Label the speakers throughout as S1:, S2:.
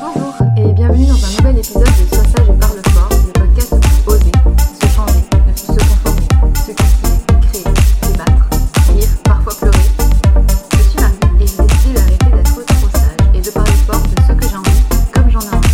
S1: Bonjour et bienvenue dans un nouvel épisode de Sois sage et parle fort, le podcast où faut oser, se changer, ne plus se conformer, se questionner, créer, débattre, rire, parfois pleurer. Je suis Marie et j'ai décidé d'arrêter d'être trop sage et de parler fort de ce que j'ai envie, comme j'en ai envie.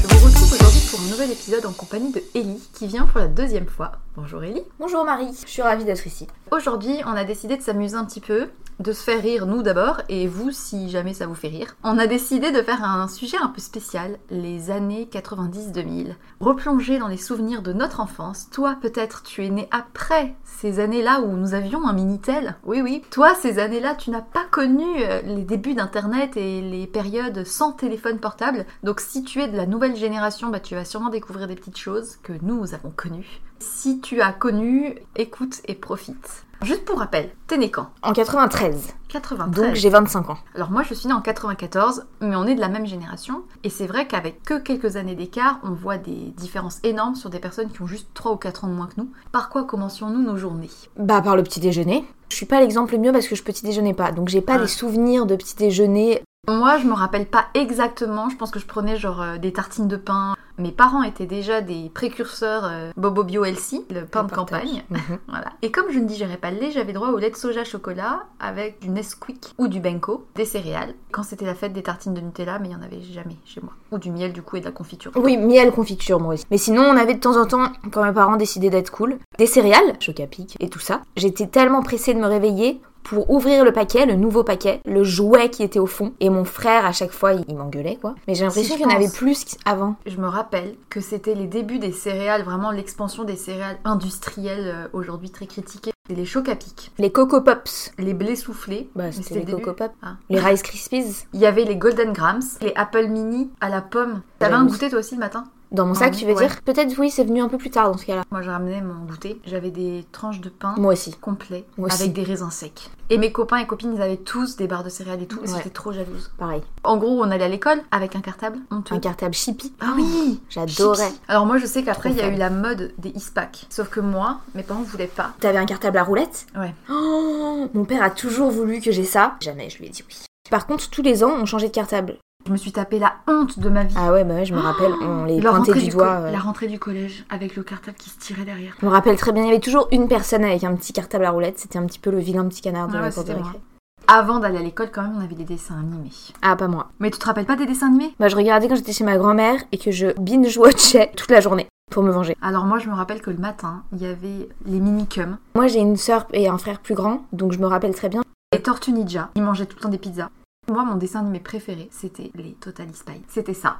S1: Je vous retrouve aujourd'hui pour un nouvel épisode en compagnie de Ellie qui vient pour la deuxième fois. Bonjour Ellie.
S2: Bonjour Marie, je suis ravie d'être ici.
S1: Aujourd'hui, on a décidé de s'amuser un petit peu, de se faire rire nous d'abord, et vous si jamais ça vous fait rire. On a décidé de faire un sujet un peu spécial, les années 90-2000. Replonger dans les souvenirs de notre enfance. Toi, peut-être, tu es né après ces années-là où nous avions un Minitel. Oui, oui. Toi, ces années-là, tu n'as pas connu euh, les débuts d'Internet et les périodes sans téléphone portable. Donc, si tu es de la nouvelle génération, bah, tu vas sûrement découvrir des petites choses que nous avons connues. Si tu as connu, écoute et profite. Juste pour rappel, t'es né quand
S2: En 93.
S1: 93.
S2: Donc j'ai 25 ans.
S1: Alors moi je suis née en 94, mais on est de la même génération. Et c'est vrai qu'avec que quelques années d'écart, on voit des différences énormes sur des personnes qui ont juste 3 ou 4 ans de moins que nous. Par quoi commencions-nous nos journées
S2: Bah par le petit déjeuner. Je suis pas l'exemple le mieux parce que je petit déjeuner pas. Donc j'ai pas
S1: Ah.
S2: des souvenirs de petit déjeuner.
S1: Moi je me rappelle pas exactement, je pense que je prenais genre euh, des tartines de pain. Mes parents étaient déjà des précurseurs euh, Bobo Bio LC, le pain de
S2: Partage.
S1: campagne.
S2: Mhm.
S1: Voilà. Et comme je ne digérais pas le lait, j'avais droit au lait de soja chocolat avec du Nesquik ou du Benko, des céréales. Quand c'était la fête des tartines de Nutella, mais il n'y en avait jamais chez moi. Ou du miel du coup et de la confiture.
S2: oui, miel, confiture, moi aussi. Mais sinon, on avait de temps en temps, quand mes parents décidaient d'être cool, des céréales, chocapic et tout ça. J'étais tellement pressée de me réveiller pour ouvrir le paquet, le nouveau paquet, le jouet qui était au fond. Et mon frère, à chaque fois, il il m'engueulait, quoi. Mais j'ai l'impression
S1: je
S2: qu'il y en avait
S1: pense.
S2: plus qu'avant.
S1: Je me rappelle que c'était les débuts des céréales, vraiment l'expansion des céréales industrielles euh, aujourd'hui très critiquées. C'est les chocs à pic,
S2: Les Coco Pops.
S1: les blés soufflés.
S2: Bah,
S1: mais
S2: c'était
S1: le
S2: les
S1: début.
S2: Coco Pops.
S1: Ah.
S2: Les Rice Krispies.
S1: Il y avait les Golden Grams, les Apple Mini à la pomme. T'avais un
S2: J'avoue.
S1: goûter toi aussi le matin
S2: Dans mon sac,
S1: Ah,
S2: tu veux
S1: ouais.
S2: dire Peut-être, oui, c'est venu un peu plus tard dans ce cas-là.
S1: Moi, je ramenais mon goûter. J'avais des tranches de pain.
S2: Moi aussi.
S1: complet
S2: Moi aussi.
S1: avec des raisins secs. Et mes copains et copines, ils avaient tous des barres de céréales et tout. et
S2: Ouais.
S1: J'étais trop jalouse.
S2: Pareil.
S1: En gros, on allait à l'école avec un cartable. honteux.
S2: Un cartable Shippy.
S1: Ah oui
S2: J'adorais.
S1: Chips. Alors moi, je sais qu'après,
S2: Trop
S1: il y a
S2: fan.
S1: eu la mode des ispacks. Sauf que moi, mes parents voulaient pas.
S2: T'avais un cartable à roulette
S1: Ouais.
S2: Oh, Mon père a toujours voulu que j'ai ça. Jamais je lui ai dit oui. Par contre, tous les ans, on changeait de cartable.
S1: Je me suis tapé la honte de ma vie.
S2: Ah ouais, bah ouais, je me rappelle, on les
S1: La
S2: pointait
S1: rentrée du
S2: du doigt.
S1: co-
S2: ouais.
S1: La rentrée du collège avec le cartable qui se tirait derrière.
S2: Je me rappelle très bien, il y avait toujours une personne avec un petit cartable à roulette. C'était un petit peu le vilain petit canard de
S1: Ah ouais,
S2: la cour de
S1: c'était moi.
S2: récré.
S1: Avant d'aller à l'école, quand même, on avait des dessins animés.
S2: Ah, pas moi.
S1: Mais tu te rappelles pas des dessins animés
S2: Bah, je regardais quand j'étais chez ma grand-mère et que je binge-watchais toute la journée pour me venger.
S1: Alors moi, je me rappelle que le matin, il y avait les minicums,
S2: Moi, j'ai une sœur et un frère plus grand, donc je me rappelle très bien.
S1: Les Tortues Ninja, ils mangeaient tout le temps des pizzas. Moi, mon dessin animé préféré, c'était les Total Spies. C'était ça.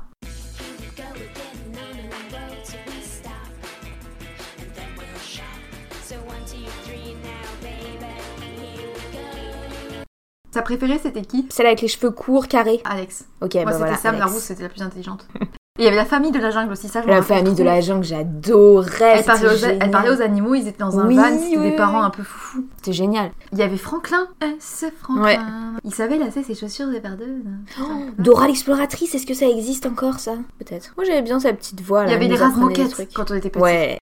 S1: Sa préférée, c'était qui
S2: Celle avec les cheveux courts, carrés.
S1: Alex.
S2: Ok,
S1: Moi,
S2: bah
S1: c'était
S2: voilà.
S1: Sam
S2: Alex.
S1: Larousse, c'était la plus intelligente. Et il y avait la famille de la jungle aussi, ça je me
S2: La
S1: rappelle
S2: famille de
S1: trop.
S2: la jungle, j'adorais.
S1: elle parlait, aux,
S2: c'était
S1: elle parlait
S2: génial.
S1: aux animaux, ils étaient dans un
S2: Oui,
S1: van, c'était
S2: oui,
S1: des parents
S2: oui.
S1: un peu foufous.
S2: C'était génial.
S1: Il y avait Franklin. Eh, C'est Franklin.
S2: Ouais. Oh.
S1: Il savait lasser ses chaussures hein. débardeuse.
S2: Dora l'exploratrice, est-ce que ça existe encore ça Peut-être. Moi j'avais bien sa petite voix.
S1: Il
S2: là,
S1: y avait
S2: elle
S1: les
S2: nous
S1: rases
S2: apprenait des
S1: moquettes
S2: trucs.
S1: quand on était petit.
S2: Ouais.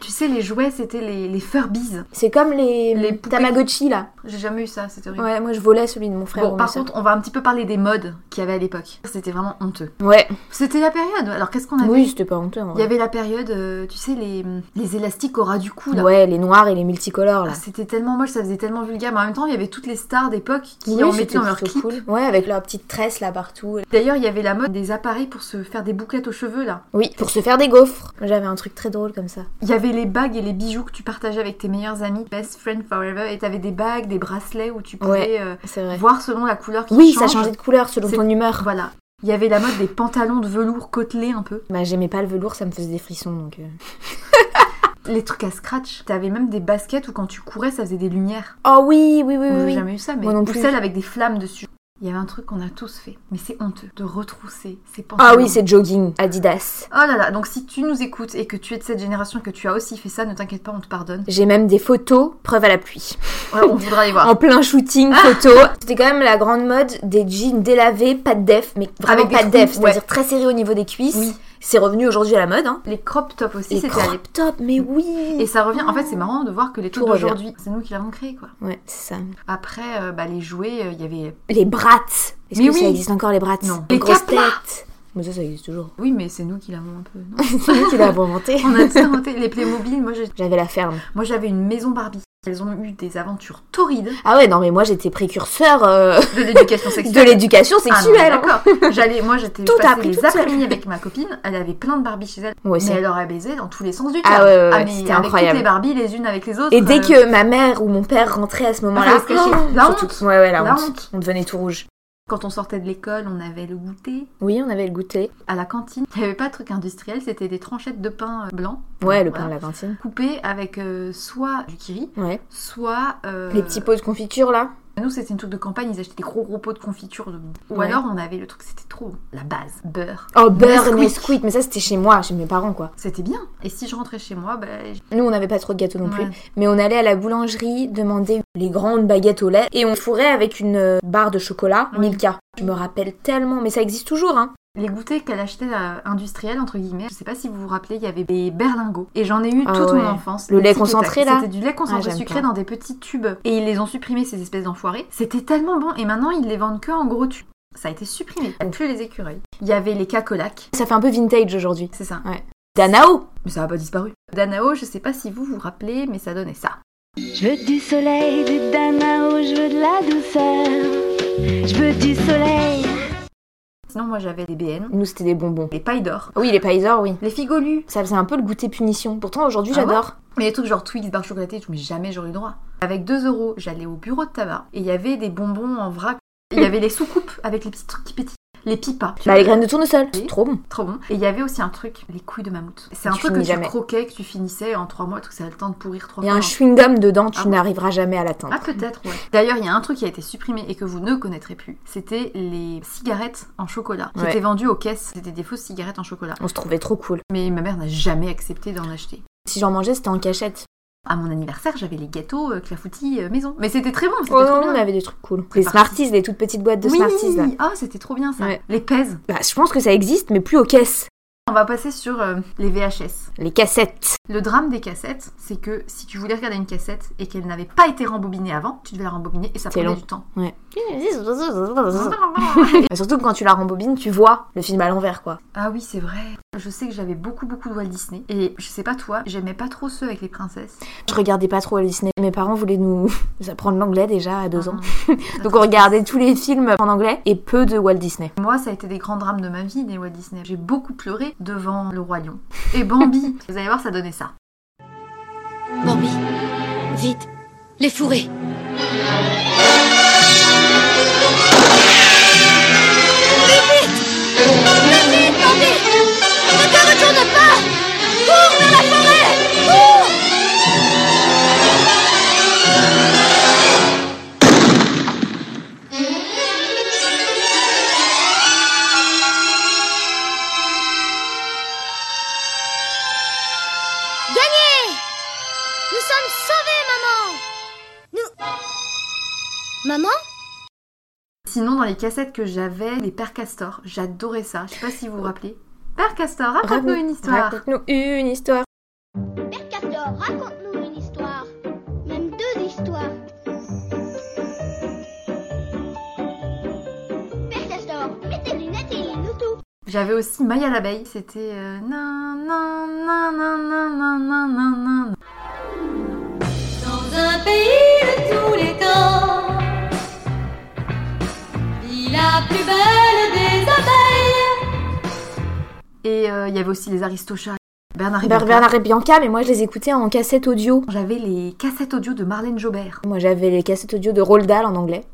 S1: Tu sais, les jouets, c'était les, les Furbies.
S2: C'est comme les,
S1: Les poupées.
S2: Tamagotchi là.
S1: J'ai jamais eu ça, c'était horrible.
S2: Ouais, moi je volais celui de mon frère.
S1: Bon,
S2: ou
S1: par
S2: ma sœur.
S1: contre, on va un petit peu parler des modes qu'il y avait à l'époque. C'était vraiment honteux.
S2: Ouais.
S1: C'était la période. Alors, qu'est-ce qu'on avait
S2: Oui, c'était pas honteux. en
S1: Il y
S2: vrai.
S1: avait la période, euh, tu sais, les, les élastiques au ras du cou, là.
S2: Ouais, les noirs et les multicolores là.
S1: Ah, C'était tellement moche, ça faisait tellement vulgaire. Mais en même temps, il y avait toutes les stars d'époque qui
S2: Oui,
S1: en
S2: c'était
S1: mettaient dans leurs
S2: plutôt
S1: clips.
S2: cool. Ouais, avec leurs petites tresses là partout.
S1: D'ailleurs, il y avait la mode des appareils pour se faire des bouclettes aux cheveux, là.
S2: Oui, pour se faire des gaufres. J'avais un truc très drôle comme ça.
S1: Il y avait T'avais les bagues et les bijoux que tu partageais avec tes meilleurs amis, best friend forever, et t'avais des bagues, des bracelets où tu pouvais
S2: Ouais,
S1: euh,
S2: c'est vrai.
S1: voir selon la couleur qui
S2: Oui,
S1: change.
S2: ça changeait de couleur selon
S1: C'est-
S2: ton humeur.
S1: Voilà. Il y avait la mode des pantalons de velours côtelés un peu,
S2: Bah, j'aimais pas le velours, ça me faisait des frissons donc. euh.
S1: les trucs à scratch. T'avais même des baskets où quand tu courais, ça faisait des lumières.
S2: Oh oui, oui,
S1: Moi,
S2: oui, oui.
S1: J'ai
S2: oui.
S1: jamais eu ça, mais
S2: Moi non
S1: ou
S2: plus.
S1: celles avec des flammes dessus. Il y avait un truc qu'on a tous fait, mais c'est honteux de retrousser ces pantalons.
S2: Ah oui, c'est jogging, Adidas.
S1: Oh là là, donc si tu nous écoutes et que tu es de cette génération et que tu as aussi fait ça, ne t'inquiète pas, on te pardonne.
S2: J'ai même des photos, preuve à la pluie.
S1: Voilà, on voudra les voir.
S2: En plein shooting, photo. Ah C'était quand même la grande mode des jeans délavés, pas de def, mais vraiment
S1: Avec des
S2: pas de def,
S1: trous, ouais.
S2: c'est-à-dire très serré au niveau des cuisses.
S1: Oui.
S2: C'est revenu aujourd'hui à la mode. Hein.
S1: Les crop tops aussi,
S2: Et
S1: c'était à l'époque.
S2: crop top, mais oui
S1: Et ça revient, en fait c'est marrant de voir que les
S2: Tout
S1: trucs
S2: revient.
S1: d'aujourd'hui, c'est nous qui l'avons créé quoi.
S2: Ouais, c'est ça.
S1: Après, euh, bah, les jouets, euh, il y avait...
S2: Les brats. Est-ce
S1: Mais
S2: que
S1: oui.
S2: ça existe encore les brats
S1: Non.
S2: Les
S1: Les
S2: grosses
S1: caplas.
S2: têtes. Mais ça, ça existe toujours.
S1: Oui, mais c'est nous qui l'avons un peu. non
S2: C'est nous qui l'avons inventé.
S1: on a tout inventé. Les Playmobil, moi j'ai-
S2: J'avais la ferme.
S1: moi, j'avais une maison Barbie. Elles ont eu des aventures torrides
S2: Ah ouais, non, mais moi j'étais précurseur euh,
S1: de l'éducation
S2: de
S1: sexuelle.
S2: l'éducation
S1: Ah non,
S2: sexuelle. hein.
S1: d'accord. J'allais, moi j'étais
S2: Tout
S1: passée
S2: appris
S1: les
S2: toute seule.
S1: après-midi avec ma copine. Elle avait plein de Barbie chez elle,
S2: Moi aussi.
S1: mais elle aurait baisé dans tous les sens du terme.
S2: Ah ouais, ouais, ouais,
S1: mais
S2: c'était
S1: avec
S2: incroyable.
S1: Toutes les Barbies, les unes avec les autres.
S2: Et dès
S1: euh,
S2: que ma mère ou mon père rentrait à ce moment-là,
S1: Ah, fallait se cacher. La
S2: surtout-
S1: honte.
S2: Ouais, ouais, la,
S1: La
S2: honte.
S1: honte.
S2: On devenait tout rouge.
S1: quand on sortait de l'école, on avait le goûter.
S2: Oui, on avait le goûter.
S1: À la cantine, il n'y avait pas de truc industriel, c'était des tranchettes de pain euh, blanc.
S2: Ouais, le pain
S1: Voilà.
S2: de la cantine.
S1: Coupées avec euh, soit du kiri,
S2: Ouais.
S1: soit. euh,
S2: Les petits pots de confiture là.
S1: Nous, c'était une truc de campagne, ils achetaient des gros gros pots de confiture. de- Ou
S2: Ouais.
S1: alors, on avait le truc, c'était trop bon. La base, beurre.
S2: Oh, beurre,
S1: Nesquik.
S2: Nesquik. Mais ça, c'était chez moi, chez mes parents quoi.
S1: C'était bien. Et si je rentrais chez moi, ben, j-
S2: Nous, on n'avait pas trop de gâteaux non
S1: Ouais.
S2: plus. Mais on allait à la boulangerie demander les grandes baguettes au lait et on fourrait avec une euh, barre de chocolat
S1: Oui.
S2: Milka. Je me rappelle tellement, mais ça existe toujours, hein.
S1: les goûters qu'elle achetait euh, industriels, entre guillemets, je sais pas si vous vous rappelez, il y avait des berlingots. Et j'en ai eu
S2: Ah
S1: toute
S2: ouais.
S1: mon enfance.
S2: Le
S1: Des
S2: lait
S1: Tic et Tac.
S2: concentré, là
S1: C'était du lait concentré
S2: Ah, j'aime
S1: sucré
S2: pas.
S1: dans des petits tubes. Et ils les ont supprimés, ces espèces d'enfoirés. C'était tellement bon. Et maintenant, ils les vendent que en gros tubes. Ça a été supprimé. Il y a plus les écureuils. Il y avait les cacolacs.
S2: Ça fait un peu vintage aujourd'hui.
S1: C'est ça.
S2: Danao
S1: Mais ça a pas disparu. Danao, je sais pas si vous vous rappelez, mais ça donnait ça.
S3: Je veux du soleil, du danao, je veux de la douceur. Je veux du soleil.
S1: Sinon, moi, j'avais les BN,
S2: Nous, c'était des bonbons.
S1: les pailles d'or,
S2: Oui, les paysors, oui.
S1: les figolus.
S2: Ça faisait un peu le goûter punition. Pourtant, aujourd'hui,
S1: Ah ouais
S2: j'adore.
S1: Mais les trucs genre Twix, barres chocolatées, je mais jamais j'aurais eu droit. Avec 2 euros, j'allais au bureau de tabac et il y avait des bonbons en vrac. Et Il y avait les soucoupes avec les petits trucs qui pétillent. Les pipas.
S2: Bah, les graines de tournesol.
S1: Oui.
S2: Trop bon.
S1: Trop bon. Et il y avait aussi un truc, les couilles de mammouth. C'est un
S2: Tu
S1: truc que
S2: finis
S1: tu
S2: jamais.
S1: croquais, que tu finissais en 3 mois, tout ça a le temps de pourrir hein. 3
S2: Il y
S1: mois.
S2: a un chewing-gum dedans, tu
S1: Ah bon
S2: n'arriveras jamais à
S1: Ah
S2: l'atteindre.
S1: peut-être, ouais. D'ailleurs, il y a un truc qui a été supprimé et que vous ne connaîtrez plus. C'était les cigarettes en chocolat qui
S2: Ouais.
S1: étaient vendues aux caisses. C'était des fausses cigarettes en chocolat.
S2: On se trouvait trop cool.
S1: Mais ma mère n'a jamais accepté d'en acheter.
S2: Si j'en mangeais, c'était en cachette.
S1: À mon anniversaire, j'avais les gâteaux euh, clafoutis euh, maison. Mais c'était très bon, c'était
S2: Oh
S1: trop
S2: non,
S1: bien.
S2: on avait des trucs cool. Les
S1: parti.
S2: Smarties, les toutes petites boîtes de
S1: oui,
S2: Smarties là.
S1: Ah, c'était trop bien ça.
S2: Ouais.
S1: Les pèses.
S2: Bah, je pense que ça existe, mais plus aux caisses.
S1: On va passer sur euh, les VHS.
S2: Les cassettes.
S1: Le drame des cassettes, c'est que si tu voulais regarder une cassette et qu'elle n'avait pas été rembobinée avant, tu devais la rembobiner et ça
S2: C'est
S1: prenait
S2: long.
S1: du temps.
S2: Ouais. Bah, surtout que quand tu la rembobines, tu vois le film à l'envers, quoi.
S1: ah oui, c'est vrai. Je sais que j'avais beaucoup beaucoup de Walt Disney et je sais pas toi, j'aimais pas trop ceux avec les princesses.
S2: Je regardais pas trop Walt Disney. Mes parents voulaient nous, nous apprendre l'anglais déjà à deux
S1: Ah,
S2: ans.
S1: ça
S2: Donc
S1: te-
S2: on regardait tous les films en anglais et peu de Walt Disney.
S1: Moi, ça a été des grands drames de ma vie, les Walt Disney. J'ai beaucoup pleuré devant le roi lion et Bambi. Vous allez voir, ça donnait ça.
S4: Bambi, vite, les fourrés.
S3: Gagné Nous sommes sauvés, maman Nous... Maman
S1: Sinon, dans les cassettes que j'avais, les Pères Castor, j'adorais ça. Je sais pas si vous vous rappelez. Père Castor, raconte-nous une histoire. Ah,
S2: Raconte-nous une histoire.
S5: Père Castor, raconte-nous une histoire. Même deux histoires. Père Castor, mets tes lunettes et lis-nous tout.
S1: J'avais aussi Maya l'abeille. C'était. euh, nan, nan, nan, nan, nan, nan, nan, nan, nan.
S4: Dans un pays de tous les temps, vit la plus belle des abeilles.
S1: Et euh, il y avait aussi les Aristochats. Bernard et
S2: Ber-
S1: Bianca.
S2: Bernard et Bianca, mais moi je les écoutais en cassette audio.
S1: J'avais les cassettes audio de Marlène Jobert.
S2: Moi j'avais les cassettes audio de Roald Dahl en anglais.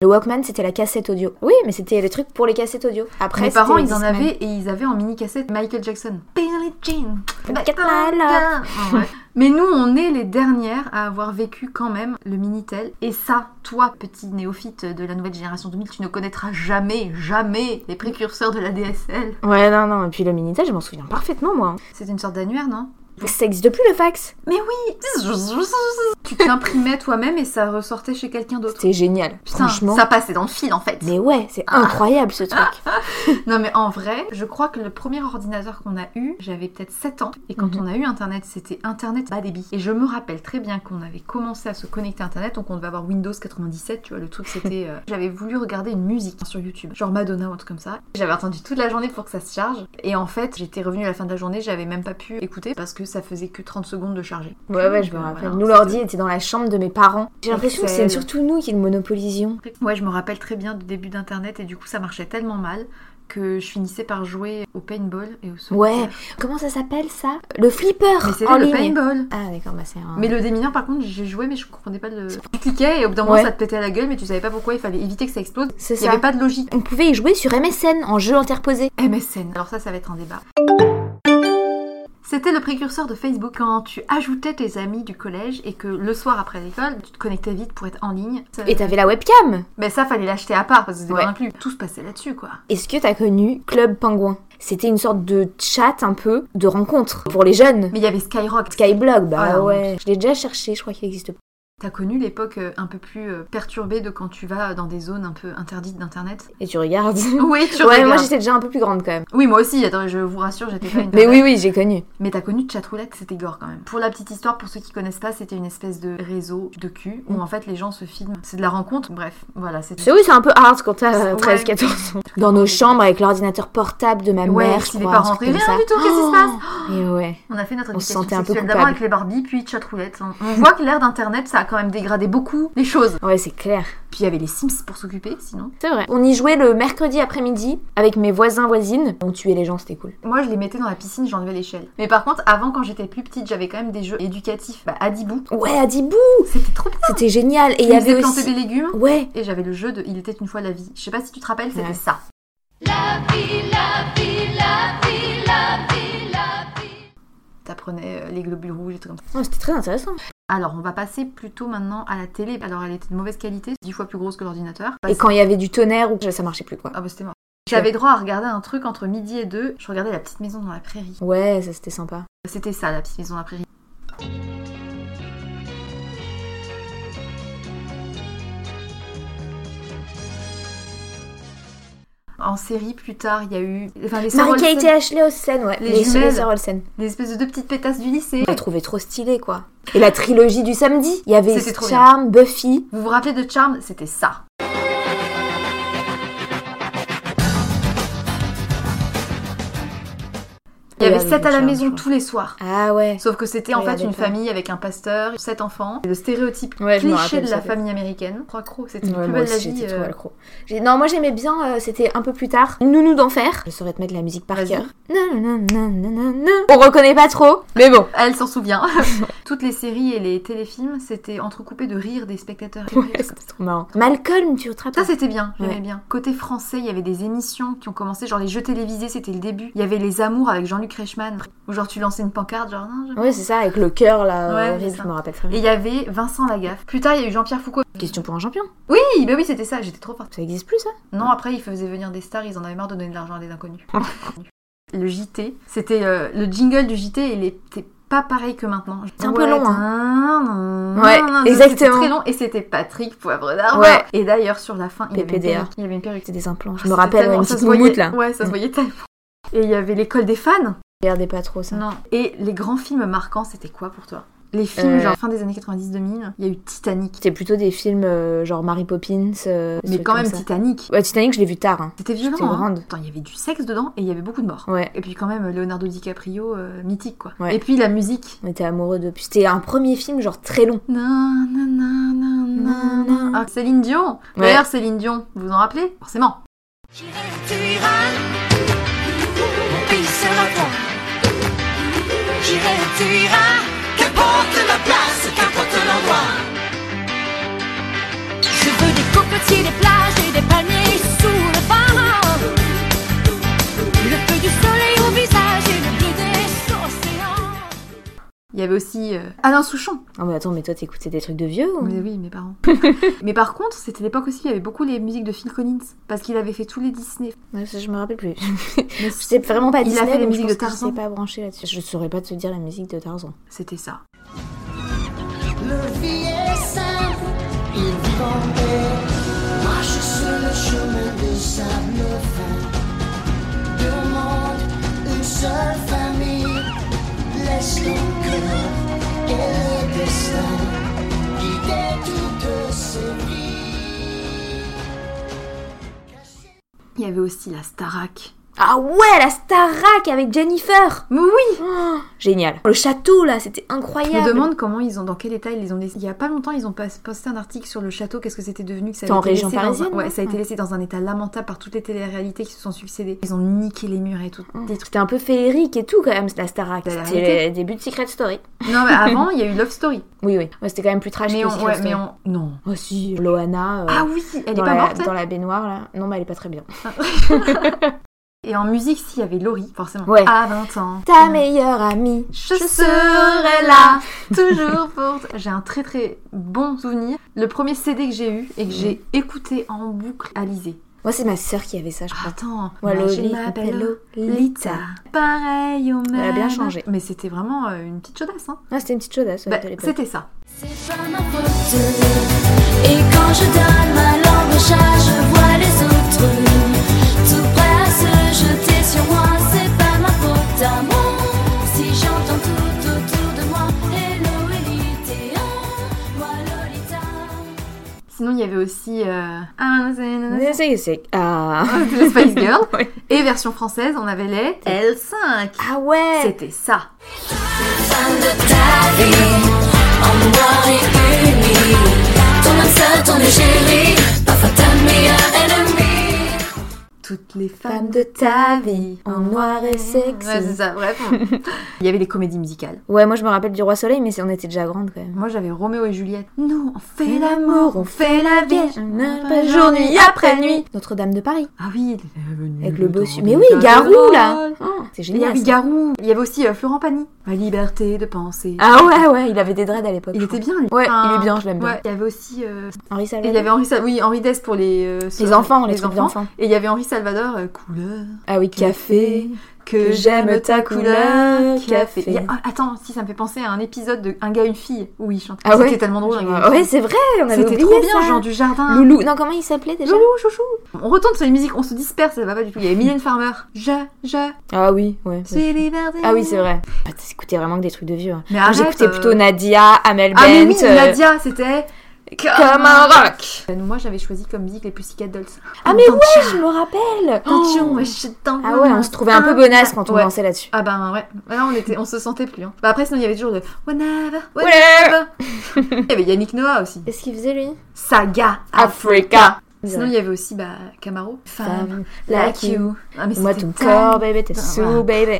S2: Le Walkman c'était la cassette audio. Oui, mais c'était les trucs pour les cassettes audio. Après,
S1: Mes
S2: c'était
S1: parents,
S2: les
S1: ils en
S2: Discman.
S1: avaient et ils avaient en mini cassette Michael Jackson. Billie Jean.
S2: Get my love.
S1: Ah ouais. Mais nous, on est les dernières à avoir vécu quand même le Minitel. Et ça, toi, petit néophyte de la nouvelle génération 2000, tu ne connaîtras jamais, jamais les précurseurs de la DSL.
S2: Ouais, non, non. Et puis le Minitel, je m'en souviens parfaitement, moi. hein.
S1: C'est une sorte d'annuaire, non
S2: Ça existe plus le fax.
S1: Mais oui Tu t'imprimais toi-même et ça ressortait chez quelqu'un d'autre.
S2: C'était génial.
S1: Putain,
S2: Franchement.
S1: ça Ah. passait dans le fil en fait.
S2: Mais ouais, c'est incroyable ce truc.
S1: Non mais en vrai, je crois que le premier ordinateur qu'on a eu, j'avais peut-être 7 ans. Et
S2: Mhm.
S1: quand on a eu Internet, c'était Internet bas débit. Et je me rappelle très bien qu'on avait commencé à se connecter à Internet, donc on devait avoir Windows 97, tu vois, le truc c'était... euh, J'avais voulu regarder une musique sur YouTube, genre Madonna ou un truc comme ça. J'avais attendu toute la journée pour que ça se charge. Et en fait, j'étais revenue à la fin de la journée, j'avais même pas pu écouter parce que ça faisait que 30 secondes de charger. euh,
S2: Ouais, ouais, je me
S1: Voilà,
S2: rappelle. Nous,
S1: c'était-
S2: l'ordi était dans la chambre de mes parents. J'ai l'impression que c'est
S1: Excel.
S2: surtout nous qui le monopolisions.
S1: Ouais, je me rappelle très bien du début d'Internet et du coup ça marchait tellement mal que je finissais par jouer au paintball et au solitaire.
S2: Ouais. Comment ça s'appelle ça Le flipper
S1: Mais c'était
S2: en
S1: le
S2: ligne.
S1: paintball.
S2: Ah, d'accord, bah c'est un.
S1: Mais le démineur, par contre, j'ai joué, mais je comprenais pas le. Tu cliquais et au bout d'un
S2: Ouais.
S1: moment, ça te pétait à la gueule, mais tu savais pas pourquoi il fallait éviter que ça explose.
S2: C'est
S1: Il
S2: ça.
S1: n'y avait pas de logique.
S2: On pouvait y jouer sur MSN en jeu interposé.
S1: MSN. Alors, ça, ça va être un débat. C'était le précurseur de Facebook quand tu ajoutais tes amis du collège et que le soir après l'école, tu te connectais vite pour être en ligne. Ça-
S2: Et t'avais la webcam.
S1: Mais ça, fallait l'acheter à part parce que c'était
S2: Ouais.
S1: pas inclus. Tout se passait là-dessus, quoi.
S2: Est-ce que t'as connu Club Pingouin C'était une sorte de chat un peu de rencontre pour les jeunes.
S1: Mais il y avait Skyrock.
S2: Skyblog, bah
S1: Ah,
S2: ouais. Je l'ai déjà cherché, je crois qu'il existe pas.
S1: T'as connu l'époque euh, un peu plus euh, perturbée de quand tu vas dans des zones un peu interdites d'internet
S2: Et tu regardes.
S1: Oui, tu
S2: ouais, moi
S1: regardes.
S2: j'étais déjà un peu plus grande quand même.
S1: Oui, moi aussi. Attends, je vous rassure, j'étais pas une
S2: Mais
S1: tarée.
S2: oui, oui, j'ai connu.
S1: Mais t'as connu Chatroulette, c'était gore quand même. Pour la petite histoire, pour ceux qui connaissent pas, c'était une espèce de réseau de cul où en fait les gens se filment. C'est de la rencontre, bref, voilà, c'est
S2: Mm. C'est oui, c'est un peu hard quand t'as
S1: Ouais.
S2: 13, 14 ans. Dans nos chambres avec l'ordinateur portable de ma
S1: Ouais,
S2: mère,
S1: si
S2: je
S1: les
S2: crois,
S1: parents
S2: un truc comme
S1: arrivaient,
S2: ça.
S1: rien du tout, qu'est-ce qui se passe
S2: Oh, Et ouais.
S1: On a fait notre
S2: On se
S1: éducation
S2: sentait un peu
S1: sexuelle
S2: coupable.
S1: d'abord avec les Barbie, puis Chatroulette. On, on voit que l'ère d'internet, ça a quand même dégradé beaucoup les choses.
S2: Ouais, c'est clair.
S1: Puis il y avait les Sims pour s'occuper, sinon.
S2: C'est vrai. On y jouait le mercredi après-midi avec mes voisins voisines. On tuait les gens, c'était cool.
S1: Moi, je les mettais dans la piscine, j'enlevais l'échelle. Mais par contre, avant, quand j'étais plus petite, j'avais quand même des jeux éducatifs. Bah, Adibou,
S2: Ouais, à Dibou
S1: c'était trop bien.
S2: C'était génial. Et il y
S1: Je me faisais
S2: avait
S1: planter
S2: aussi.
S1: des légumes.
S2: Ouais.
S1: Et j'avais le jeu de Il était une fois la vie. Je sais pas si tu te rappelles, c'était
S2: Ouais.
S1: ça.
S4: La vie, la vie, la vie, la vie, la vie.
S1: T'apprenais euh, les globules rouges et tout comme ça.
S2: Ouais, Oh, c'était très intéressant.
S1: Alors, on va passer plutôt maintenant à la télé. Alors, elle était de mauvaise qualité, 10 fois plus grosse que l'ordinateur.
S2: Et quand il y avait du tonnerre, ou ça marchait plus quoi.
S1: Ah bah c'était mort. J'avais droit à regarder un truc entre midi et deux. Je regardais La Petite Maison dans la Prairie.
S2: Ouais, ça c'était sympa.
S1: C'était ça, La Petite Maison dans la Prairie. En série, plus tard, il y a eu... Enfin, les sœurs
S2: Marie-Kate et
S1: Olsen,
S2: Ashley Olsen, ouais.
S1: Les
S2: Les,
S1: jumelles.
S2: les sœurs Olsen.
S1: les espèces de deux petites pétasses du lycée.
S2: Je la trouvais trop stylée quoi. Et la trilogie du samedi. Il y avait
S1: C'était trop bien.
S2: Charm, Buffy.
S1: Vous vous rappelez de Charm C'était ça. Il y
S2: Et
S1: avait
S2: avec
S1: sept à la
S2: Charm, je
S1: maison
S2: crois.
S1: tous les soirs.
S2: Ah ouais.
S1: Sauf que c'était en
S2: Ouais,
S1: fait
S2: avec
S1: une
S2: ça.
S1: famille avec un pasteur, sept enfants, le stéréotype
S2: Ouais, je me
S1: cliché
S2: rappelle
S1: de la
S2: ça, fait.
S1: famille américaine. Trois crocs, c'était
S2: Ouais,
S1: le plus
S2: moi
S1: belle la
S2: aussi,
S1: vie.
S2: j'étais trop
S1: euh,
S2: accro. J'ai- Non, moi j'aimais bien, euh, c'était un peu plus tard. Nounou d'enfer. Je saurais te mettre la musique par
S1: Vas-y.
S2: cœur. Non, non, non, non, non, non. On reconnaît pas trop, mais bon.
S1: Elle s'en souvient. Toutes les séries et les téléfilms, c'était entrecoupé de rire des spectateurs.
S2: Ouais, c'était trop marrant. Malcolm, tu te
S1: Ça
S2: rappelles
S1: c'était bien, j'aimais
S2: Ouais.
S1: bien. Côté français, il y avait des émissions qui ont commencé, genre les jeux télévisés, c'était le début. Il y avait les amours avec Jean-Luc Reichmann, où genre tu lançais une pancarte, genre non, je-
S2: Ouais, c'est ça, avec le cœur là,
S1: Ouais,
S2: horrible,
S1: c'est ça.
S2: je me rappelle très
S1: Et
S2: bien.
S1: il y avait Vincent Lagaffe. Plus tard, il y a eu Jean-Pierre Foucault.
S2: Question pour un champion.
S1: Oui, bah oui, c'était ça, j'étais trop forte.
S2: Ça existe plus ça
S1: Non, après, ils faisaient venir des stars, ils en avaient marre de donner de l'argent à des inconnus. le JT, c'était euh, le jingle du JT, il était pas pareil que maintenant.
S2: C'est un peu long,
S1: hein.
S2: Ouais, exactement.
S1: très long et c'était Patrick Poivre d'Arvor.
S2: Ouais.
S1: Et d'ailleurs, sur la fin, il avait, une
S2: PPDA.
S1: perruque, il avait une perruque.
S2: C'était des implants. Je
S1: Ah, C'était
S2: me rappelle,
S1: tellement-
S2: une
S1: ça
S2: petite
S1: se voyait-
S2: moumoute là.
S1: Ouais, ça se
S2: Mm.
S1: voyait tellement. Et il y avait l'école des fans.
S2: Je regardais pas trop ça.
S1: Non. Et les grands films marquants, c'était quoi pour toi Les films,
S2: Euh.
S1: genre fin des années 90-2000, il y a eu Titanic.
S2: C'était plutôt des films euh, genre Mary Poppins. euh, des
S1: Mais
S2: trucs
S1: quand
S2: comme
S1: même,
S2: ça.
S1: Titanic.
S2: Ouais, Titanic, je l'ai vu tard. hein.
S1: C'était
S2: J'étais
S1: violent. hein.
S2: grande.
S1: Attends, il y avait du sexe dedans et il y avait beaucoup de morts.
S2: Ouais.
S1: Et puis quand même, Leonardo DiCaprio, euh, mythique quoi.
S2: Ouais.
S1: Et puis la musique.
S2: On était amoureux de. Puis c'était un premier film genre très long.
S1: Na, na, na, na, na,
S2: Na, na.
S1: Ah, Céline Dion.
S2: Ouais.
S1: D'ailleurs, Céline Dion, vous vous en rappelez Forcément.
S4: J'irai, tu iras, puis sera toi.
S6: j'irai, tu iras, qu'importe la place, qu'importe l'endroit.
S4: Je veux des cocotiers, des plages et des palmiers sous le vent. Le feu du soleil au visage et le bleu des océans.
S1: Il y avait aussi euh, Alain Souchon.
S2: Ah mais attends, mais toi t'écoutais des trucs de vieux ou
S1: Mais oui, mes parents. Mais par contre, c'était l'époque aussi, il y avait beaucoup les musiques de Phil Collins, parce qu'il avait fait tous les Disney.
S2: Ouais, ça, Je me rappelle plus.
S1: Mais
S2: je sais vraiment pas
S1: Il a
S2: Disney,
S1: fait les
S2: donc
S1: musiques
S2: je pense
S1: de
S2: que Je
S1: Tarzan.
S2: sais pas branché là-dessus. Je saurais pas te dire la musique de Tarzan.
S1: C'était ça.
S6: Le vie est simple, il vit en paix. Marche sur le chemin de sable fin. Deux mondes, une seule famille. Laisse ton cœur et le destin guider toutes ces vies.
S1: Il y avait aussi la Starac.
S2: Ah ouais, la Starac avec Jennifer
S1: Mais oui
S2: Oh, Génial. Le château là, c'était
S1: Je me
S2: incroyable.
S1: demande comment ils ont, dans quel état ils les ont laissés. Il y a pas longtemps, ils ont pas- posté un article sur le château, qu'est-ce que c'était devenu, que ça
S2: C'était en
S1: été
S2: région
S1: laissé dans un-
S2: parisienne,
S1: ouais,
S2: non
S1: ça a été
S2: Ouais.
S1: laissé dans un état lamentable par toutes les téléréalités qui se sont succédées. Ils ont niqué les murs et tout. Des trucs.
S2: C'était un peu féerique et tout quand même, la Starac.
S1: T'as la
S2: C'était
S1: réalité.
S2: le début de Secret Story.
S1: Non, mais avant, il y a eu Love Story.
S2: Oui, oui. Ouais, c'était quand même plus trash
S1: Mais
S2: que
S1: on,
S2: Secret
S1: ouais,
S2: Story.
S1: mais on... Non.
S2: Oh si, Loana. euh,
S1: Ah oui, elle est
S2: dans,
S1: pas
S2: la,
S1: morte. elle
S2: dans la baignoire là. Non, mais elle est pas très bien.
S1: Et en musique, s'il y avait Laurie, forcément.
S2: Ouais.
S1: À 20 ans.
S2: Ta meilleure amie.
S1: Je serai là, toujours pour toi. J'ai un très très bon souvenir. Le premier CD que j'ai eu et que j'ai écouté en boucle, Alizé.
S2: Moi, c'est ma sœur qui avait ça, je crois.
S1: Attends,
S2: Ah. Ouais,
S1: moi, je
S2: Loli-
S1: m'appelle
S2: Lolita.
S1: Lolita. Pareil au même.
S2: a bien changé.
S1: Mais c'était vraiment euh, une petite chaudasse. Hein.
S2: Ah, c'était une petite chaudasse ouais,
S1: Bah,
S2: à l'époque.
S1: c'était ça.
S4: C'est pas ma faute. Et quand je donne ma langue au chat, je vois les autres. Tout prêt à se jeter sur moi, c'est pas ma faute à moi. Si j'entends tout autour de moi, hello Elite, moi Lolita.
S1: Sinon, il y avait aussi euh, Ah, c'est-
S2: Mais c'est- c'est- Ah.
S1: les Spice Girls.
S2: Ouais.
S1: Et version française, on avait les L5.
S2: Ah ouais
S1: C'était ça.
S4: Femme de ta vie, en noir et uni. Ton âme sœur, ton égérie, parfois ta meilleure ennemie.
S1: Toutes les
S2: Femme
S1: femmes
S2: de ta vie, en noir et
S1: Ouais, c'est
S2: sexy.
S1: ça, bref. on- Il y avait les comédies musicales.
S2: Ouais, moi je me rappelle du Roi Soleil, mais c'est- on était déjà grande quand même.
S1: Moi, j'avais Roméo et Juliette. Nous, on fait
S2: l'amour, on
S1: fait la
S2: Vierge, jour, nuit, après nuit. Notre-Dame de Paris,
S1: Ah oui, bienvenue
S2: avec le
S1: dans
S2: bossu.
S1: le
S2: Mais oui,
S1: Carnaval.
S2: Garou là Oh,
S1: Il
S2: C'est
S1: y
S2: génial.
S1: avait
S2: ça.
S1: Garou. Il y avait aussi euh, Florent Pagny. Ma liberté de penser.
S2: Ah ouais, ouais, il avait des dreads à l'époque.
S1: Il
S2: je
S1: était
S2: crois.
S1: bien, lui. Ah.
S2: Ouais, il est bien, je l'aime bien.
S1: ouais. Il y avait aussi. euh,
S2: Henri
S1: et
S2: Salvador.
S1: il y avait Henri, Sa- oui, Henri Dess pour les. euh, sur-
S2: Les enfants, les, trucs d'enfants.
S1: Et il y avait Henri Salvador, euh, couleur.
S2: Ah oui, café.
S1: Que
S2: j'aime ta couleur, café.
S1: Il y a- ah, attends, si ça me fait penser à un épisode de Un gars, une fille. Oui, il chantait.
S2: Ah ouais
S1: C'était tellement drôle, un gars, une
S2: Ouais,
S1: fille.
S2: c'est vrai, on avait
S1: C'était
S2: oublié
S1: trop bien,
S2: ça.
S1: genre du jardin.
S2: Loulou. Non, comment il s'appelait déjà
S1: Loulou, chouchou. On retourne sur les musiques, on se disperse, ça va pas du tout. Il y avait Mylène Farmer. Je, je
S2: Ah oui, ouais.
S1: suis liberté.
S2: Ah oui, c'est vrai. Bah, T'écoutais vraiment que des trucs de vieux. hein.
S1: Mais
S2: Moi,
S1: arrête,
S2: J'écoutais
S1: euh,
S2: plutôt Nadia, Amel Bent.
S1: Ah mais oui,
S2: euh,
S1: Nadia, c'était.
S2: Comme un rock.
S1: Euh, Moi, j'avais choisi comme musique les Pussycat Dolls.
S2: Ah mais ouais, je me rappelle.
S1: Attention,
S2: Oh.
S1: ouais, je t'en
S2: Ah ouais, on se trouvait un peu bonasse quand on
S1: Ouais.
S2: dansait là-dessus.
S1: Ah ben ouais, là on était, on se sentait plus. Hein. Bah après sinon il y avait toujours le whenever,
S2: Whenever.
S1: whenever. il y avait Yannick Noah aussi.
S2: Qu'est-ce qu'il faisait lui
S1: Saga
S2: Africa.
S1: Sinon il y avait aussi bah Camaro.
S2: Femme,
S1: like you. Ah, mais
S2: Moi
S1: c'était
S2: ton
S1: tellement-
S2: corps, baby, t'es sous, baby.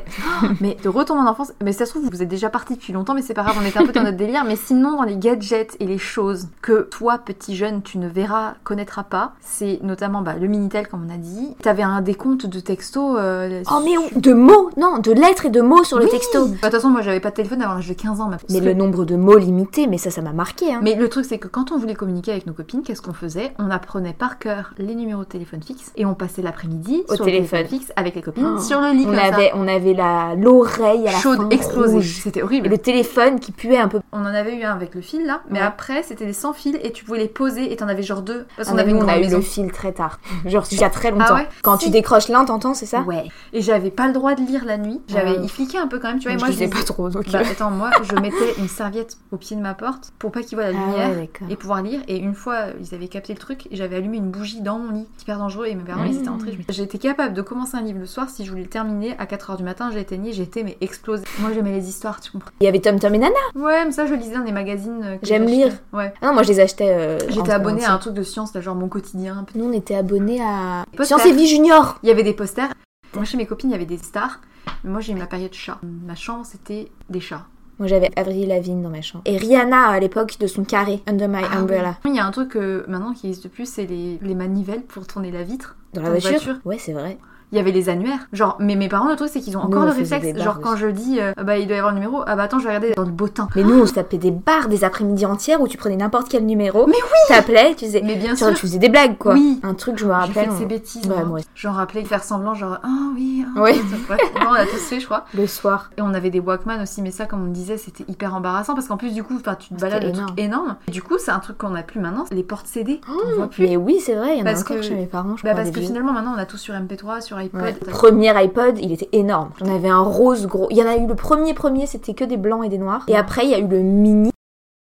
S1: Mais de retour en enfance, mais ça se trouve vous êtes déjà parti depuis longtemps, mais c'est pas grave, on était un peu dans notre délire. Mais sinon dans les gadgets et les choses que toi petit jeune tu ne verras, connaîtras pas, c'est notamment bah, le minitel comme on a dit. T'avais un décompte de textos. euh,
S2: Oh mais on- de mots, non, de lettres et de mots sur le
S1: Oui.
S2: texto.
S1: Bah, De toute façon, moi, j'avais pas de téléphone avant l'âge de 15 ans. ma-
S2: Mais le nombre de mots limité, mais ça, ça m'a marqué. Hein.
S1: Mais le truc, c'est que quand on voulait communiquer avec nos copines, qu'est-ce qu'on faisait On apprenait par cœur les numéros de téléphone fixe et on passait l'après-midi
S2: Au
S1: sur
S2: téléphone.
S1: le téléphone fixe avec les copines
S2: Oh.
S1: sur le lit.
S2: on,
S1: comme
S2: avait, on avait la l'oreille à
S1: ça.
S2: la
S1: chaude,
S2: fin
S1: explosée.
S2: rouge.
S1: C'était
S2: Et
S1: horrible.
S2: le téléphone qui puait un peu.
S1: On en avait eu un avec le fil là, mais
S2: Ouais.
S1: après c'était des sans fil et tu pouvais les poser et t'en avais genre deux parce
S2: Ah,
S1: qu'on
S2: mais
S1: avait
S2: nous,
S1: une
S2: on a
S1: grande
S2: eu
S1: maison.
S2: le fil très tard. Genre, il y a très longtemps.
S1: Ah ouais
S2: Quand
S1: Si.
S2: tu décroches l'un, t'entends, c'est ça
S1: Ouais. Et j'avais pas le droit de lire la nuit. J'avais,
S2: Ouais.
S1: il fliquait un peu quand même, tu vois. et
S2: Mais
S1: moi,
S2: je lisais
S1: les-
S2: pas trop, donc. euh.
S1: Bah, attends, moi, je mettais une serviette au pied de ma porte pour pas qu'il voit la
S2: Ah ouais,
S1: lumière
S2: d'accord.
S1: et pouvoir lire. Et une fois, euh, ils avaient capté le truc et j'avais allumé une bougie dans mon lit, hyper dangereux. Et mes parents, ils
S2: Mmh.
S1: étaient entrés. Je- J'étais capable de commencer un livre le soir si je voulais le terminer à 4h du matin. J'éteignais, j'étais mais explosée. Moi, j'aimais les histoires, tu comprends.
S2: Il y avait Tom Tom et Nana.
S1: Ouais, mais ça, je lisais dans des magazines. euh, que
S2: J'aime
S1: j'achetais.
S2: lire.
S1: Ouais.
S2: Ah non, moi, je les achetais. euh,
S1: J'étais
S2: en-
S1: abonnée
S2: en-
S1: à un truc de science, là, genre mon quotidien. un peu.
S2: Nous, on était abonnés à
S1: Poster.
S2: Science et Vie Junior.
S1: Il y avait des posters. Moi, chez mes copines, il y avait des stars. Mais moi, j'ai eu ma période chat. Ma chambre, c'était des chats.
S2: Moi j'avais Avril Lavigne dans ma chambre. Et Rihanna à l'époque de son carré, Under My
S1: Ah
S2: Umbrella.
S1: oui. Il y a un truc euh, maintenant qui existe plus, c'est les, les manivelles pour tourner la Ah. vitre.
S2: Dans la
S1: Ton
S2: voiture. Ouais, c'est vrai.
S1: Il y avait les annuaires. Genre, mais mes parents, le truc, c'est qu'ils ont
S2: Nous,
S1: encore
S2: on
S1: le
S2: faisait
S1: réflexe.
S2: des
S1: Genre,
S2: barres
S1: quand je dis, euh, Ah bah, il doit y avoir le numéro, ah bah attends, je vais regarder dans le bottin.
S2: Mais nous, on se tapait des barres des après-midi entières où tu prenais n'importe quel numéro.
S1: Mais
S2: oui T'appelais, tu faisais.
S1: Mais bien
S2: Tiens,
S1: sûr.
S2: Tu faisais des blagues, quoi.
S1: Oui.
S2: Un truc, je me
S1: J'ai
S2: rappelle.
S1: fait de ces
S2: on-
S1: bêtises.
S2: Ouais,
S1: hein.
S2: moi aussi.
S1: Genre, rappeler, faire semblant, genre, ah oui, ah,
S2: Ouais.
S1: bref. Ouais, on a tous fait, je crois.
S2: Le soir.
S1: Et on avait des Walkman aussi, mais ça, comme on le disait, c'était hyper embarrassant parce qu'en plus, du coup, enfin, tu te
S2: C'était
S1: balades, le
S2: énorme. Oh,
S1: truc énorme. Et du coup, c'est un truc qu'on a plus maintenant, les portes CD. on voit plus.
S2: Mais oui, c'est vrai, il y en a
S1: Parce
S2: encore
S1: que-
S2: chez mes parents, je
S1: Bah,
S2: crois.
S1: parce
S2: des
S1: que
S2: vieux.
S1: finalement, maintenant, on a tout sur MP3, sur iPod.
S2: Ouais.
S1: t'as-
S2: Premier iPod, il était énorme. J'en avais un rose gros. Il y en a eu le premier, premier, c'était que des blancs et des noirs. Et après, il y a eu le mini.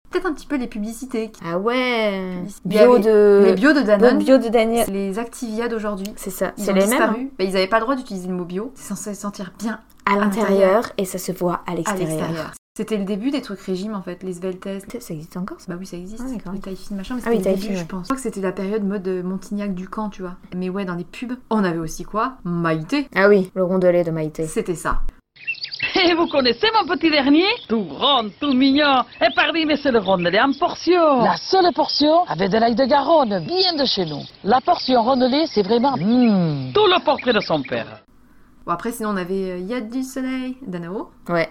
S1: Peut-être un petit peu les publicités. qui-
S2: Ah ouais.
S1: Il y avait
S2: Bio de.
S1: Les bio de Danone.
S2: Euh, bio de Daniel.
S1: Les Activia d'aujourd'hui.
S2: C'est ça.
S1: Ils
S2: C'est
S1: ont
S2: les mêmes.
S1: disparu.
S2: hein.
S1: Bah, ils n'avaient pas le droit d'utiliser le mot bio. C'est censé se sentir bien
S2: À
S1: l'intérieur.
S2: l'intérieur et ça se voit à
S1: à
S2: l'extérieur.
S1: l'extérieur. C'était le début des trucs régimes en fait, les Sveltes.
S2: Ça existe encore ça
S1: Bah oui, ça existe.
S2: Ah, d'accord.
S1: les taille fine, machin, mais
S2: Ah oui,
S1: c'était le
S2: taille
S1: début,
S2: fine,
S1: je
S2: ouais.
S1: pense. Je crois que c'était la période mode euh, Montignac-Ducamp, tu vois. Mais ouais, dans les pubs, on avait aussi quoi Maïté.
S2: Ah oui, le rondelet de Maïté.
S1: C'était ça.
S7: Et vous connaissez mon petit dernier Tout grand, tout mignon. Et parmi mais c'est le rondelet en portion. La seule portion avec de l'ail de Garonne, bien de chez nous. La portion rondelet, c'est vraiment... hmm. Tout le portrait de son père.
S1: Bon, après, sinon, on avait euh, Y a du soleil, Danao.
S2: Ouais.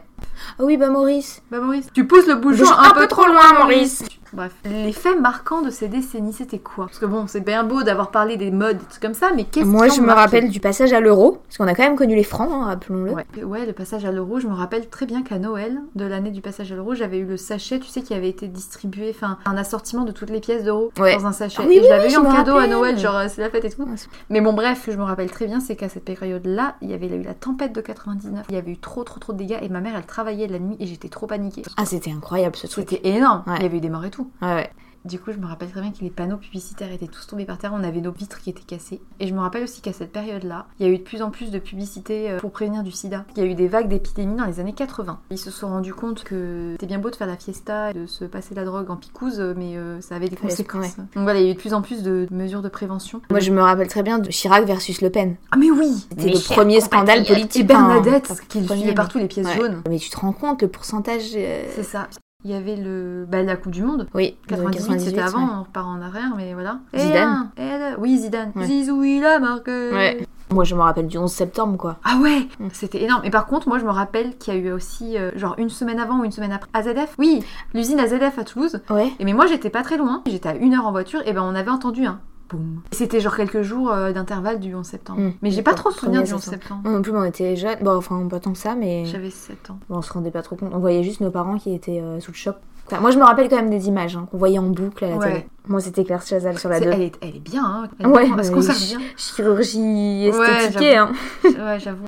S2: Ah oui, bah Maurice.
S1: Bah Maurice, tu pousses le bouchon
S2: Bouge
S1: un, peu, trop loin, Maurice. Bref, les faits marquants de ces décennies, c'était quoi Parce que bon, c'est bien beau d'avoir parlé des modes, des trucs comme ça, mais qu'est-ce
S2: Moi,
S1: qui
S2: je
S1: en
S2: me
S1: marquait
S2: rappelle du passage à l'euro, parce qu'on a quand même connu les francs, hein, rappelons-le.
S1: Ouais. Ouais, le passage à l'euro, je me rappelle très bien qu'à Noël, de l'année du passage à l'euro, j'avais eu le sachet, tu sais, qui avait été distribué, enfin, un assortiment de toutes les pièces d'euros
S2: Ouais.
S1: dans un sachet.
S2: Ah oui,
S1: et
S2: oui,
S1: je l'avais
S2: oui,
S1: eu
S2: je
S1: en
S2: me
S1: cadeau à
S2: rappelle.
S1: Noël, genre euh, c'est la fête et tout.
S2: Ouais, c'est-
S1: Mais bon, bref, je me rappelle très bien, c'est qu'à cette période-là, il y avait eu la tempête de 99, il y avait eu trop, trop, trop de dégâts, et ma mère, elle travaillait la nuit, et j'étais trop paniquée.
S2: Ah, c'était incroyable ce truc.
S1: C'était énorme,
S2: Ouais.
S1: il y avait eu des morts et tout.
S2: Ouais, ouais.
S1: Du coup, je me rappelle très bien que les panneaux publicitaires étaient tous tombés par terre, on avait nos vitres qui étaient cassées. Et je me rappelle aussi qu'à cette période-là, il y a eu de plus en plus de publicités euh, pour prévenir du sida. Il y a eu des vagues d'épidémies dans les années 80. Ils se sont rendus compte que c'était bien beau de faire la fiesta et de se passer la drogue en picouse, mais euh, ça avait des
S2: Fallait se
S1: conséquences. Donc voilà, il y a eu de plus en plus de mesures de prévention.
S2: Moi, je me rappelle très bien de Chirac versus Le Pen.
S1: Ah mais oui
S2: C'était le premier scandale politique.
S1: Et
S2: hein,
S1: Bernadette,
S2: pas
S1: qui
S2: le premier,
S1: filait
S2: mais-
S1: partout les pièces
S2: Ouais.
S1: jaunes.
S2: Mais tu te rends compte, le pourcentage. euh,
S1: C'est ça. Il y avait le... bah, la Coupe du Monde.
S2: Oui, de
S1: 98, c'était
S2: 98,
S1: avant,
S2: ouais.
S1: on repart en arrière, mais voilà. Et
S2: Zidane.
S1: un, et deux. oui, Zidane.
S2: Ouais.
S1: Zizou, il a marqué.
S2: Ouais. Mm. Moi, je me rappelle du 11 septembre, quoi.
S1: Ah ouais C'était énorme. Et par contre, moi, je me rappelle qu'il y a eu aussi, euh, genre, une semaine avant ou une semaine après, AZF. Oui, l'usine AZF à Toulouse.
S2: Ouais.
S1: Et mais moi, j'étais pas très loin. J'étais à une heure en voiture. Et ben, on avait entendu un boum. Et C'était genre quelques jours euh, d'intervalle du 11 septembre.
S2: Mm.
S1: Mais j'ai pas trop
S2: D'accord.
S1: de souvenir du
S2: Premier
S1: 11
S2: septembre.
S1: septembre.
S2: Moi non plus, mais on était jeunes. Bon, enfin, pas tant que ça, mais.
S1: J'avais 7 ans.
S2: On se rendait pas trop compte. On voyait juste nos parents qui étaient euh, sous le choc. Enfin, moi, je me rappelle quand même des images hein, qu'on voyait en boucle à la
S1: Ouais.
S2: télé. Moi, c'était Claire Chazal sur la
S1: C'est-
S2: 2.
S1: Elle est, elle est bien, hein. Elle
S2: Ouais,
S1: parce
S2: mais
S1: qu'on s'en
S2: ch-
S1: revient.
S2: Chirurgie
S1: Ouais,
S2: esthétique, hein.
S1: ouais, j'avoue.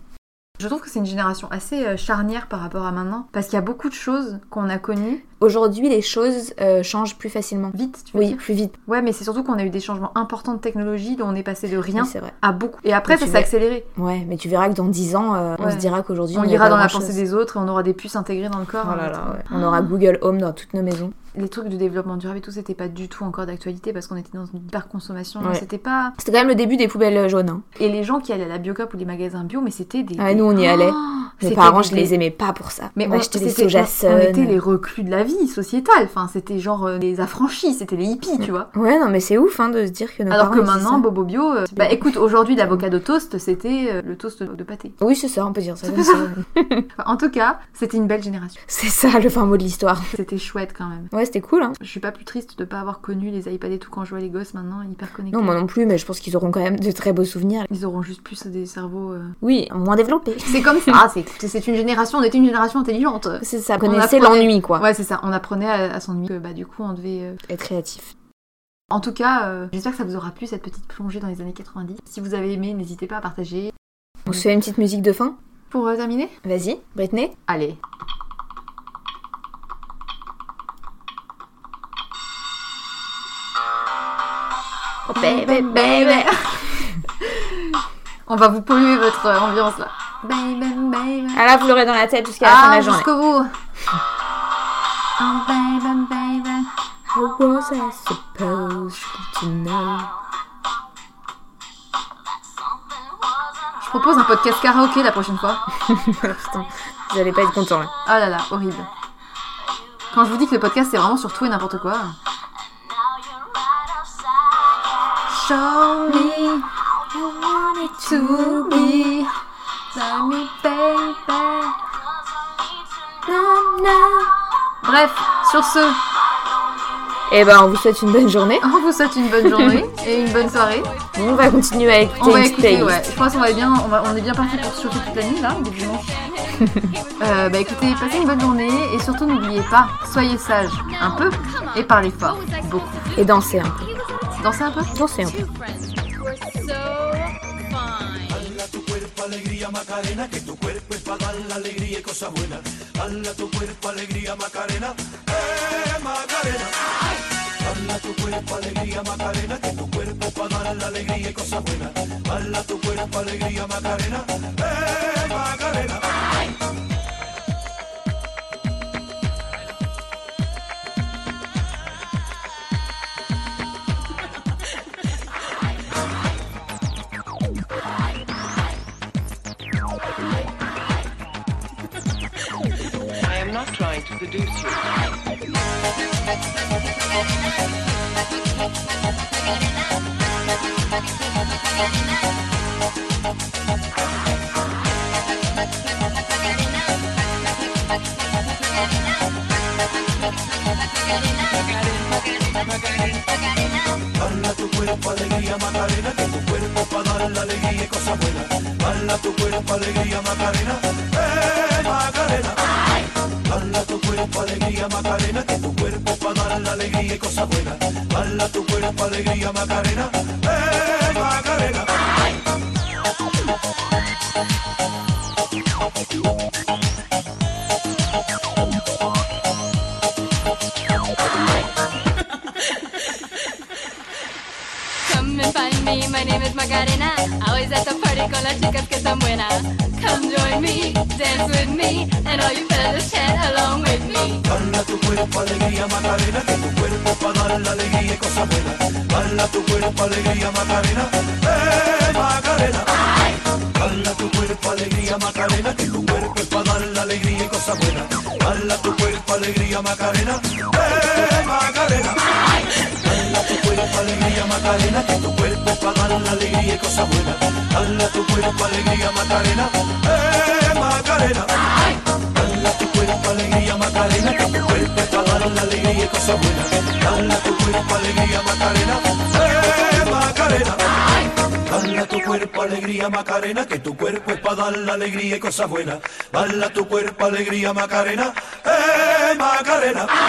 S1: Je trouve que c'est une génération assez euh, charnière par rapport à maintenant. Parce qu'il y a beaucoup de choses qu'on a connues
S2: Aujourd'hui, les choses euh, changent plus facilement.
S1: vite, hein. tu veux
S2: Oui,
S1: dire.
S2: plus vite.
S1: Ouais, mais c'est surtout qu'on a eu des changements importants de technologie, dont on est passé de rien
S2: Oui, c'est vrai.
S1: à beaucoup. Et après,
S2: Mais
S1: ça
S2: tu
S1: s'est
S2: vas-
S1: accéléré.
S2: Ouais, mais tu verras que dans 10 ans, euh, on
S1: Ouais.
S2: se dira qu'aujourd'hui,
S1: On
S2: n'y a
S1: ira
S2: pas
S1: dans la
S2: grand-chose.
S1: pensée des autres et on aura des puces intégrées dans le corps.
S2: Oh là
S1: hein,
S2: là,
S1: attends.
S2: ouais. On aura Google Home dans toutes nos maisons.
S1: Les trucs du développement durable et tout, c'était pas du tout encore d'actualité parce qu'on était dans une hyper-consommation.
S2: Ouais.
S1: C'était pas.
S2: C'était quand même le début des poubelles jaunes. hein.
S1: Et les gens qui allaient à la biocop ou les magasins bio, mais c'était des.
S2: Ouais,
S1: des-
S2: Ah, nous, on y allait.
S1: Oh,
S2: Mes
S1: c'était
S2: parents,
S1: des-
S2: je les aimais pas pour ça.
S1: Mais
S2: on, achetait des
S1: c'était-
S2: soja
S1: on
S2: Sun.
S1: était les reclus de la vie sociétale. Enfin, c'était genre euh, les affranchis, c'était les hippies, tu vois.
S2: Ouais, non, mais c'est ouf hein, de se dire que nos
S1: Alors que
S2: parents, ils faisaient
S1: maintenant,
S2: ça.
S1: Bobo Bio, euh, bah
S2: bien.
S1: écoute, aujourd'hui l'avocat de toast, c'était euh, le toast de pâté.
S2: Oui, c'est ça, on peut dire ça comme ça.
S1: Enfin, en tout cas, c'était une belle génération.
S2: c'est ça le fin mot de l'histoire.
S1: C'était chouette quand même.
S2: Ouais, c'était cool, hein.
S1: Je suis pas plus triste de pas avoir connu les iPads et tout quand je vois les gosses maintenant hyper connectés.
S2: Non, moi non plus, mais je pense qu'ils auront quand même de très beaux souvenirs.
S1: Ils auront juste plus des cerveaux. euh.
S2: Oui, moins développés.
S1: C'est comme ça. Ah, c'est- c'est une génération, on était une génération intelligente.
S2: C'est ça,
S1: On
S2: connaissez
S1: apprenait-
S2: l'ennui, quoi.
S1: Ouais, c'est ça. On apprenait à, à s'ennuyer. que, Bah, du coup, on devait. euh,
S2: Être créatif.
S1: En tout cas, euh, j'espère que ça vous aura plu cette petite plongée dans les années 90. Si vous avez aimé, n'hésitez pas à partager.
S2: On se fait une petite musique de fin
S1: Pour euh, terminer,
S2: Vas-y, Britney.
S1: allez.
S2: Oh, baby, baby.
S1: On va vous polluer votre euh, ambiance là. Baby, baby.
S2: Elle a pleuré dans la tête jusqu'à la fin de
S1: Ah,
S2: la journée.
S1: jusqu'au bout. Oh, baby, baby.
S2: How was I supposed to know
S5: Something wasn't
S1: propose un podcast karaoké la prochaine fois.
S2: Putain, vous allez pas être content là.
S1: Ah là là, horrible. Quand je vous dis que le podcast c'est vraiment sur tout et n'importe quoi. Show me you want it to be. Love me, baby. No, no. Bref, sur ce,
S2: Eh ben, on vous souhaite une bonne journée.
S1: on vous souhaite une bonne journée et une bonne soirée.
S2: On va continuer à écouter
S1: On va
S2: une
S1: écouter,
S2: playlist.
S1: ouais. Je pense qu'on va bien, on, va- on est bien parti pour se chauffer toute la nuit là, dès dimanche. Euh, bah écoutez, passez une bonne journée et surtout n'oubliez pas, soyez sages un peu et parlez fort, beaucoup.
S2: Et danser hein. un peu.
S1: Dansez un peu.
S2: Danser un peu.
S8: I am not trying to seduce you.
S4: Come and find me, my name is Macarena. Always at the party con las chicas que están buenas. Come join me, dance with me, and all you fellas chat along with me.
S6: Baila tu cuerpo alegría Macarena, que tu cuerpo es para dar la alegría y cosas buenas. Baila tu cuerpo alegría Macarena, eh Macarena.